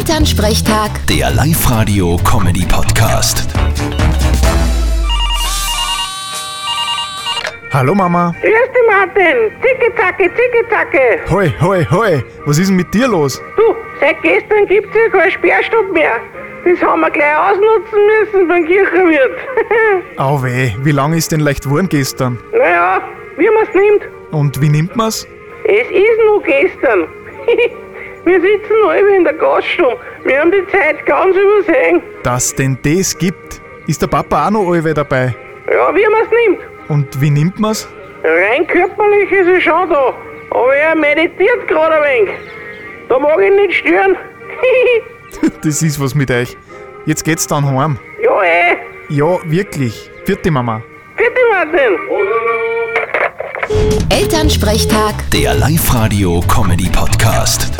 Elternsprechtag, Der Live-Radio-Comedy-Podcast. Hallo Mama. Grüß dich, Martin. Zicke-Zacke, Zicke-Zacke. Hoi, hoi, hoi. Was ist denn mit dir los? Du, seit gestern gibt's ja keine Sperrstopp mehr. Das haben wir gleich ausnutzen müssen beim Kirchenwirt. Au weh, wie lange ist denn leicht geworden gestern? naja, wie man's nimmt. Und wie nimmt man's? Es ist nur gestern. wir sitzen halb in der Gaststube. Wir haben die Zeit ganz übersehen. Dass denn das gibt? Ist der Papa auch noch allweil dabei? Ja, wie man's nimmt. Und wie nimmt man's? Rein körperlich ist er schon da. Aber er meditiert gerade ein wenig. Da mag ich ihn nicht stören. Das ist was mit euch. Jetzt geht's dann heim. ja, eh. Ja, wirklich. Vierte Mama. Bitte, Martin. Elternsprechtag. Der Live-Radio-Comedy-Podcast.